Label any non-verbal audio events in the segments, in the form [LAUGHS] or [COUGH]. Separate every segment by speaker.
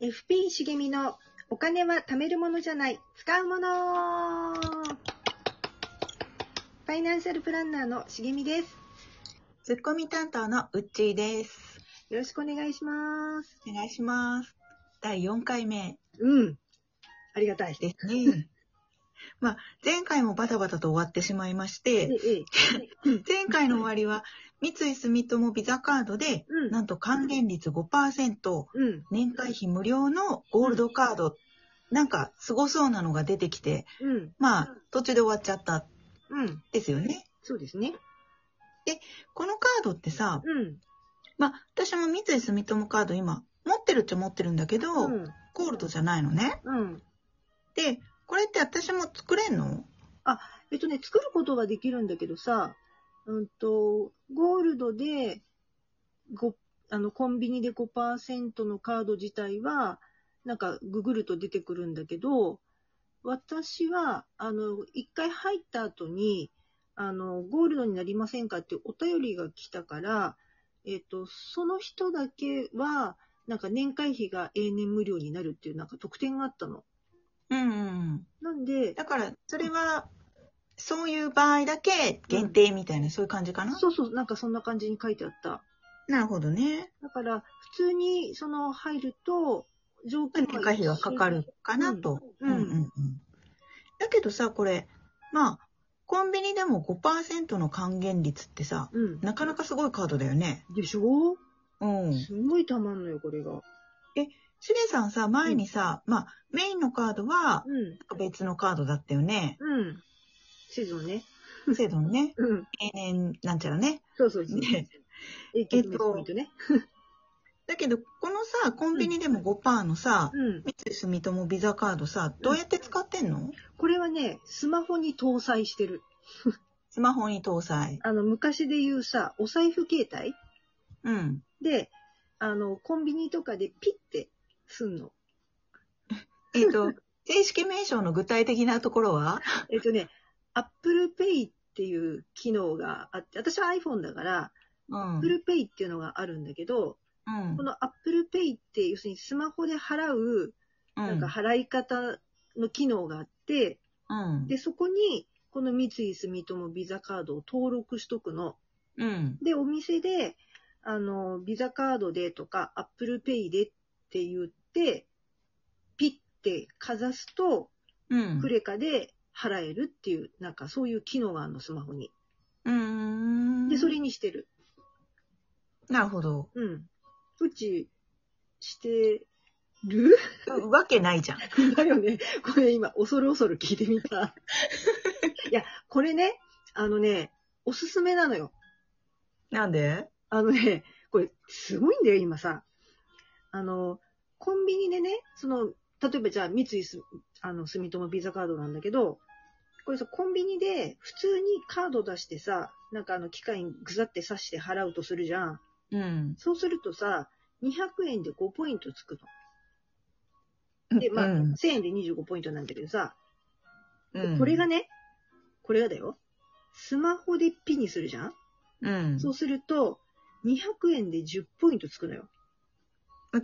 Speaker 1: FP 茂みのお金は貯めるものじゃない、使うものファイナンシャルプランナーの茂みです。
Speaker 2: ツッコミ担当のうっちーです。
Speaker 1: よろしくお願いします。
Speaker 2: お願いします。第4回目
Speaker 1: うん。ありがたい。
Speaker 2: ですね。 [LAUGHS] まあ、前回もバタバタと終わってしまいまし
Speaker 1: え
Speaker 2: て、
Speaker 1: え、
Speaker 2: 前回の終わりは、三井住友ビザカードで、
Speaker 1: うん
Speaker 2: なんと還元率5%、
Speaker 1: うん、
Speaker 2: 年会費無料のゴールドカード、なんかすごそうなのが出てきて、
Speaker 1: うん、
Speaker 2: まあ、途中で終わっちゃったん
Speaker 1: うん。
Speaker 2: ですよね。
Speaker 1: そうですね。
Speaker 2: このカードってさ、
Speaker 1: うん、
Speaker 2: まあ、私も三井住友カード今、持ってるっちゃ持ってるんだけど、
Speaker 1: うん、
Speaker 2: ゴールドじゃないのね。
Speaker 1: うん。
Speaker 2: で、これって私も作れんの
Speaker 1: えっとね、作ることはできるんだけどさ、うんと、ゴールドで、ご、あの、コンビニで5%のカード自体は、なんか、ググると出てくるんだけど、私は、あの、一回入った後に、あの、ゴールドになりませんかってお便りが来たから、えっと、その人だけは、なんか年会費が永年無料になるっていうなんか特典があったの。
Speaker 2: うんうん。
Speaker 1: なんで、
Speaker 2: だから、それは、そういう場合だけ限定みたいな、そういう感じかな
Speaker 1: そうそう、なんかそんな感じに書いてあった。
Speaker 2: なるほどね。
Speaker 1: だから、普通にその入ると、条件
Speaker 2: 年会費がかかるかなと。
Speaker 1: うん
Speaker 2: うんうんうんだけどさ、これ、まあ、コンビニでも5%の還元率ってさ、
Speaker 1: 一緒。うん。
Speaker 2: なかなかすごいカードだよね。
Speaker 1: でしょ
Speaker 2: うん。
Speaker 1: すごいたまんのよ、これが。
Speaker 2: しげさんさ、前にさ、まあ、メインのカードは、
Speaker 1: うん。
Speaker 2: 別のカードだったよね。
Speaker 1: うん。シーズンね。
Speaker 2: セドンね。
Speaker 1: うん。
Speaker 2: 永年、なんちゃらね。
Speaker 1: そうそうそう。
Speaker 2: ね
Speaker 1: え
Speaker 2: えっと
Speaker 1: ポイントね。
Speaker 2: だけど、このさ、コンビニでも5%のさ、
Speaker 1: うん。
Speaker 2: 三井住友ビザカードさ、どうやって使ってんの
Speaker 1: これはね、スマホに搭載してる。
Speaker 2: スマホに搭載。
Speaker 1: あの、昔で言うさ、お財布携帯
Speaker 2: うん。
Speaker 1: で、あの、コンビニとかでピッてすんの。
Speaker 2: えっ、と、 [LAUGHS] 正式名称の具体的なところは
Speaker 1: えっとね、Apple Pay っていう機能があって、私は iPhone だから、
Speaker 2: うん。うん。
Speaker 1: Apple Pay っていうのがあるんだけど、この Apple Pay って、要するにスマホで払う、
Speaker 2: う
Speaker 1: なんか払い方の機能があって、
Speaker 2: うん。
Speaker 1: で、そこに、この三井住友ビザカードを登録しとくの。
Speaker 2: うん。
Speaker 1: で、お店で、あの、ビザカードでとか、Apple Pay でって言って、ピッてかざすと、
Speaker 2: うん。
Speaker 1: クレカで払えるっていう、なんかそういう機能があるの、スマホに。
Speaker 2: うーん。
Speaker 1: で、それにしてる。
Speaker 2: なるほど。
Speaker 1: うん。うち、してる
Speaker 2: わけないじゃん。
Speaker 1: だよね。これ今、恐る恐る聞いてみ
Speaker 2: [LAUGHS]
Speaker 1: た。いや、これね、あのね、おすすめなのよ。
Speaker 2: なんで
Speaker 1: あのね、これ、すごいんだよ、今さ。あの、コンビニでね、その、例えばじゃあ、三井す、あの、住友ビザカードなんだけど、これさ、コンビニで普通にカード出してさ、なんかあの、機械にぐざって刺して払うとするじゃん。
Speaker 2: うん。
Speaker 1: そうするとさ、200円で5ポイントつくの。で、まあ、
Speaker 2: うん
Speaker 1: 1000円で25ポイントなんだけどさ、で
Speaker 2: うん
Speaker 1: これが、ね、これがだよ。スマホでピにするじゃん、
Speaker 2: うん。
Speaker 1: そうすると、200円で10ポイントつくのよ。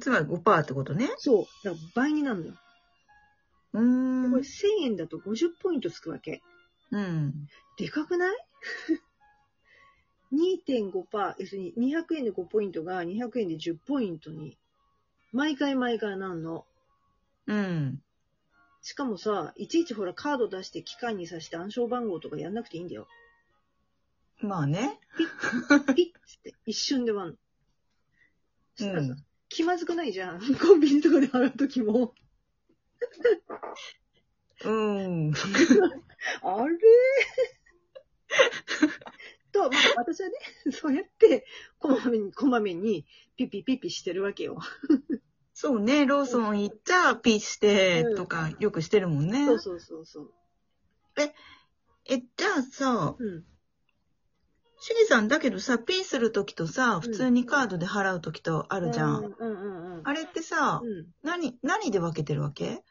Speaker 2: つまり5%ってことね。
Speaker 1: そう。だから倍になるのよ。
Speaker 2: うー
Speaker 1: で
Speaker 2: ん
Speaker 1: これ1000円だと50ポイントつくわけ。
Speaker 2: うん。
Speaker 1: でかくない [LAUGHS] ?2.5%、要するに200円で5ポイントが200円で10ポイントに、毎回毎回なんの。
Speaker 2: うん。
Speaker 1: しかもさ、いちいちほらカード出して機械に挿して暗証番号とかやんなくていいんだよ。
Speaker 2: まあね。
Speaker 1: ピッつって一瞬で終わんの。そしたらさ
Speaker 2: うん
Speaker 1: 気まずくないじゃん。 [LAUGHS] コンビニとかで払うときも。
Speaker 2: うん。
Speaker 1: あれ [LAUGHS] と、まあ、私はね、 [LAUGHS] そうやって、こまめに、こまめに、ピピピピしてるわけよ。
Speaker 2: そうね、ローソン行っちゃピーしてとかよくしてるもんね。
Speaker 1: そうそうそうそう。
Speaker 2: え、じゃあさ、
Speaker 1: うん。
Speaker 2: シゲさんだけどさ、ピーするときとさ、普通にカードで払うときとあ
Speaker 1: あ
Speaker 2: るじゃん。
Speaker 1: うんうんうん。
Speaker 2: あれってさ、
Speaker 1: うん。
Speaker 2: 何、何で分けてるわけ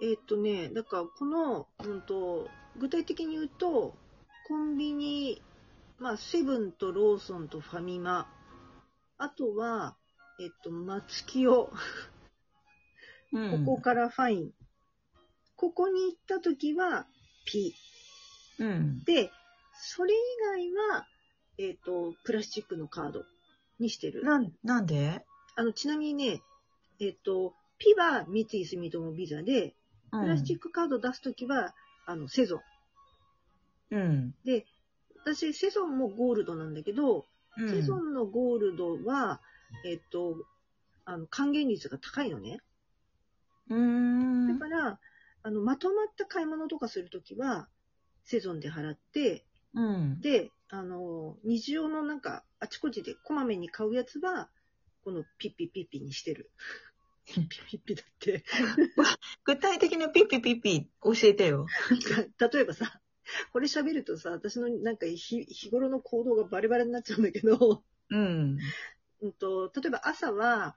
Speaker 1: えーっとね、だからこの、うんと、具体的に言うと、コンビニ、まあ、セブンとローソンとファミマ、あとは、えっと、松清、
Speaker 2: うん。
Speaker 1: ここからファイン。ここに行った時は P。
Speaker 2: うん。
Speaker 1: で、それ以外は、えっ、と、プラスチックのカードにしてる。
Speaker 2: なん、なんで
Speaker 1: あの、ちなみにね、えっ、と、P は三井住友ビザで、プラスチックカード出す時は、あの、セゾン。
Speaker 2: うん。
Speaker 1: で、私、セゾンもゴールドなんだけど、
Speaker 2: うん。
Speaker 1: セゾンのゴールドは、えっ、と、あの、還元率が高いのね。
Speaker 2: うーん。
Speaker 1: だから、あの、まとまった買い物とかするときは、セゾンで払って、
Speaker 2: うん。
Speaker 1: で、あの、日常のなんか、あちこちでこまめに買うやつは、このピッピピッピにしてる。
Speaker 2: [LAUGHS]
Speaker 1: ピッピピッピだって。
Speaker 2: 具体的なピッピピッピ教えてよ。
Speaker 1: なんか [LAUGHS] 例えばさ、これ喋るとさ、私のなんか日日頃の行動がバレバレになっちゃうんだけど、
Speaker 2: うん。
Speaker 1: うんと、例えば朝は、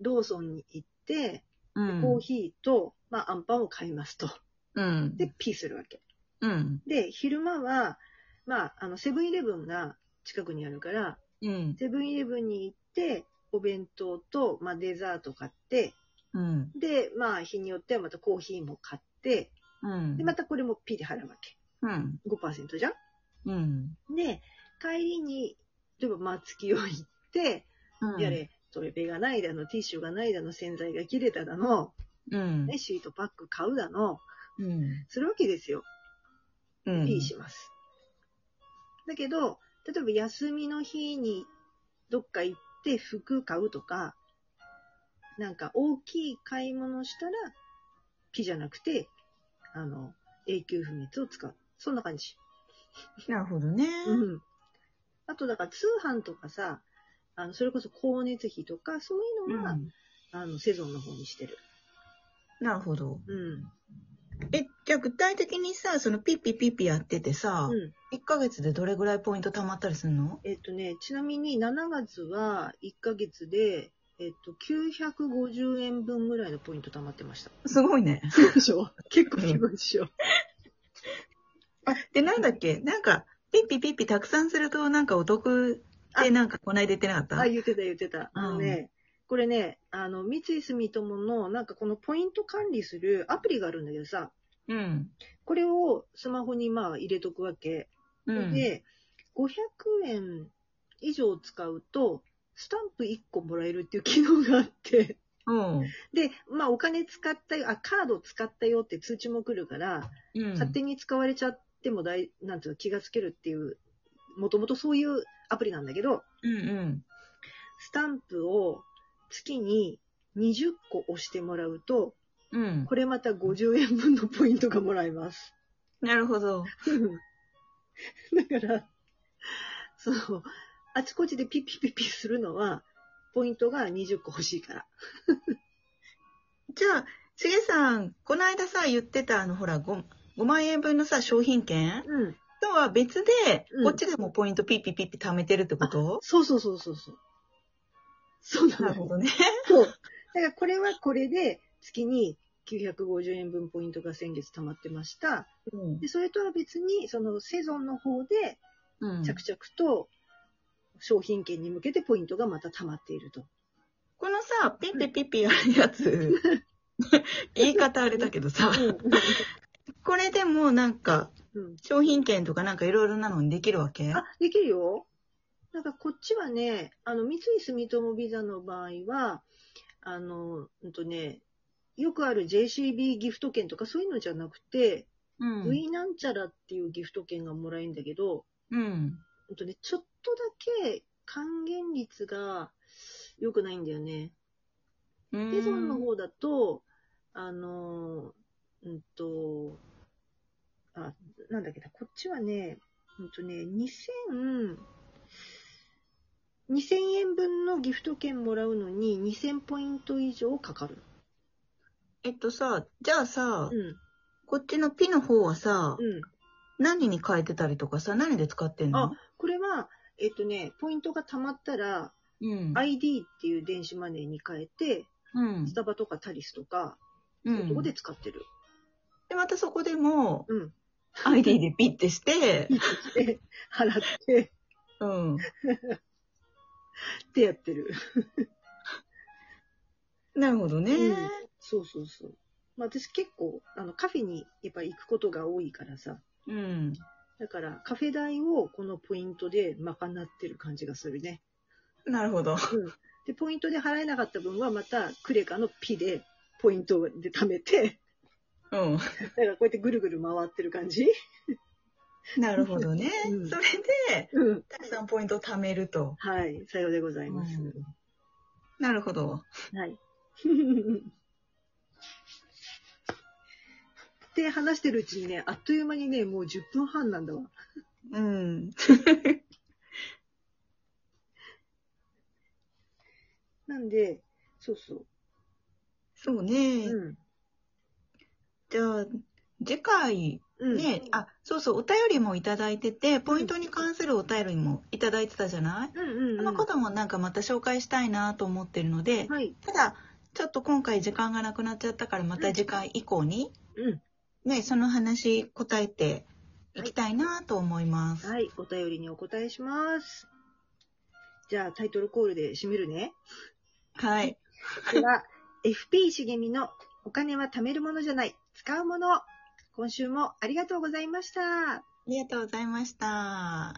Speaker 1: ローソンに行って、
Speaker 2: うん。
Speaker 1: コーヒーと、まあ、アンパンを買いますと。
Speaker 2: うん。
Speaker 1: で、ピーするわけ。
Speaker 2: うん。
Speaker 1: で、昼間は、まあ、あの、セブンイレブンが近くにあるから、
Speaker 2: うん。
Speaker 1: セブンイレブンに行って、お弁当と、まあ、デザート買って、
Speaker 2: うん。
Speaker 1: で、まあ、日によってはまたコーヒーも買って、
Speaker 2: うん。
Speaker 1: で、またこれもピで払うわけ。
Speaker 2: うん。
Speaker 1: 5%じゃ
Speaker 2: うん。
Speaker 1: んで、帰りに、例えば、松木を行って、
Speaker 2: うん。
Speaker 1: やれ、トイレがないだの、ティッシュがないだの、洗剤が切れただの、
Speaker 2: うん。
Speaker 1: ね、シートパック買うだの、
Speaker 2: うん。
Speaker 1: するわけですよ。
Speaker 2: うん。
Speaker 1: ピーします。だけど、例えば休みの日にどっか行って服買うとか、なんか大きい買い物したら、ピじゃなくて、あの、永久不滅を使う。そんな感じ。
Speaker 2: なるほどね。
Speaker 1: うん。あと、だから通販とかさ、あの、それこそ光熱費とか、そういうのは、
Speaker 2: うん
Speaker 1: あの、セゾンの方にしてる。
Speaker 2: なるほど。
Speaker 1: うん。
Speaker 2: え、じゃあ具体的にさ、そのピッピピッピやっててさ、
Speaker 1: うん。
Speaker 2: 一1ヶ月でどれぐらいポイント貯まったりするの
Speaker 1: えっとね、ちなみに7月は1ヶ月で、えっと、950円分ぐらいのポイント貯まってました。
Speaker 2: すごいね。
Speaker 1: でしょ結構すごいでしょ、
Speaker 2: あ、で、なんだっけなんか、ピッピピッピたくさんするとなんかお得ってなんかこないだ言ってなかった
Speaker 1: あ、言ってた言ってた。あのね、これね、あの、三井住友の、なんかこのポイント管理するアプリがあるんだけどさ、
Speaker 2: うん。
Speaker 1: これをスマホにまあ入れとくわけ。
Speaker 2: うん。
Speaker 1: で、500円以上使うと、スタンプ1個もらえるっていう機能があって、
Speaker 2: うん。
Speaker 1: で、まあ、お金使ったよ、あ、カード使ったよって通知も来るから、
Speaker 2: うん。
Speaker 1: 勝手に使われちゃっても大、なんていうの、気がつけるっていう、もともとそういうアプリなんだけど、
Speaker 2: うんうん。
Speaker 1: スタンプを月に20個押してもらうと、
Speaker 2: うん。
Speaker 1: これまた50円分のポイントがもらえます。 [LAUGHS]
Speaker 2: なるほど。
Speaker 1: だから、その、あちこちでピッピッピッピするのは、ポイントが20個欲しいから。
Speaker 2: じゃあ、しげさん、この間さ、言ってた、あの、ほら、5, 5万円分のさ、商品券
Speaker 1: うん。
Speaker 2: とは別で、
Speaker 1: うん
Speaker 2: こっちでもポイントピッピピッピ貯めてるってこと
Speaker 1: そうそうそうそうそう。そうなの
Speaker 2: な
Speaker 1: よ
Speaker 2: るほどね。
Speaker 1: そう。だからこれはこれで月に950円分ポイントが先月貯まってました。
Speaker 2: うん
Speaker 1: で、それとは別に、そのセゾンの方で
Speaker 2: うん
Speaker 1: 着々と商品券に向けてポイントがまた貯まっていると。
Speaker 2: このさ、ピッピピッピやる
Speaker 1: [LAUGHS]
Speaker 2: やつ、言い方あれだけどさ、これでもなんか、
Speaker 1: うん。
Speaker 2: 商品券とかなんかいろいろなのにできるわけ
Speaker 1: あ、できるよ。なんかこっちはね、あの、三井住友ビザの場合は、あの、うんとね、よくある JCB ギフト券とかそういうのじゃなくて、
Speaker 2: う
Speaker 1: ウ
Speaker 2: ん。
Speaker 1: ィなんちゃらっていうギフト券がもらえるんだけど、
Speaker 2: うん。
Speaker 1: ほんとね、ちょっとだけ還元率が良くないんだよね。
Speaker 2: う
Speaker 1: セゾンの
Speaker 2: ん。
Speaker 1: 方だと、あのー、うんと、あ、なんだっけな、こっちはね、うんとね、2000、2000円分のギフト券もらうのに2000ポイント以上かかる。
Speaker 2: えっとさ、じゃあさ
Speaker 1: う、ん、
Speaker 2: こっちのピの方はさ、
Speaker 1: うん。
Speaker 2: 何に変えてたりとかさ、何で使ってんの
Speaker 1: あ、これは、えっとね、ポイントが貯まったら、
Speaker 2: うん。
Speaker 1: ID っていう電子マネーに変えて、
Speaker 2: うん
Speaker 1: ス。タバとかタリスとか、
Speaker 2: う
Speaker 1: そういうとこ
Speaker 2: ん。
Speaker 1: で
Speaker 2: で、
Speaker 1: 使ってる。
Speaker 2: またそこでも、
Speaker 1: うん。
Speaker 2: ID でピッてして、
Speaker 1: で、払って、
Speaker 2: うん。
Speaker 1: ってやってる。
Speaker 2: なるほどね。
Speaker 1: うんそうそうそう。まあ私結構、あの、カフェにやっぱ行くことが多いからさ。
Speaker 2: うん。
Speaker 1: だからカフェ代をこのポイントで賄ってる感じがするね。
Speaker 2: なるほど。
Speaker 1: で、ポイントで払えなかった分はまたクレカのピでポイントで貯めて、
Speaker 2: うん。
Speaker 1: だからこうやってぐるぐる回ってる感じ。
Speaker 2: なるほどね。
Speaker 1: うん
Speaker 2: それで、
Speaker 1: うん。
Speaker 2: たくさんポイントを貯めると。
Speaker 1: はい。さようでございます。
Speaker 2: なるほど。
Speaker 1: はい。 [LAUGHS] って話してるうちにね、あっという間にね、もう10分半なんだわ。
Speaker 2: うん。
Speaker 1: なんで、そうそう。
Speaker 2: そうね。
Speaker 1: うん。
Speaker 2: じゃあ、次回、
Speaker 1: うん、
Speaker 2: ね、あ、そうそう、お便りもいただいてて、ポイントに関するお便りもいただいてたじゃない、
Speaker 1: うんうん、う
Speaker 2: あ
Speaker 1: ん。
Speaker 2: のこともなんかまた紹介したいなと思ってるので、
Speaker 1: はい。
Speaker 2: ただ、ちょっと今回時間がなくなっちゃったから、また次回以降に、
Speaker 1: うん。
Speaker 2: ね、その話答えていきたいなと思います。
Speaker 1: はい。お便りにお答えします。じゃあ、タイトルコールで締めるね。
Speaker 2: はい。
Speaker 1: では、FP [LAUGHS] 茂みのお金は貯めるものじゃない、使うもの。今週もありがとうございました。
Speaker 2: ありがとうございました。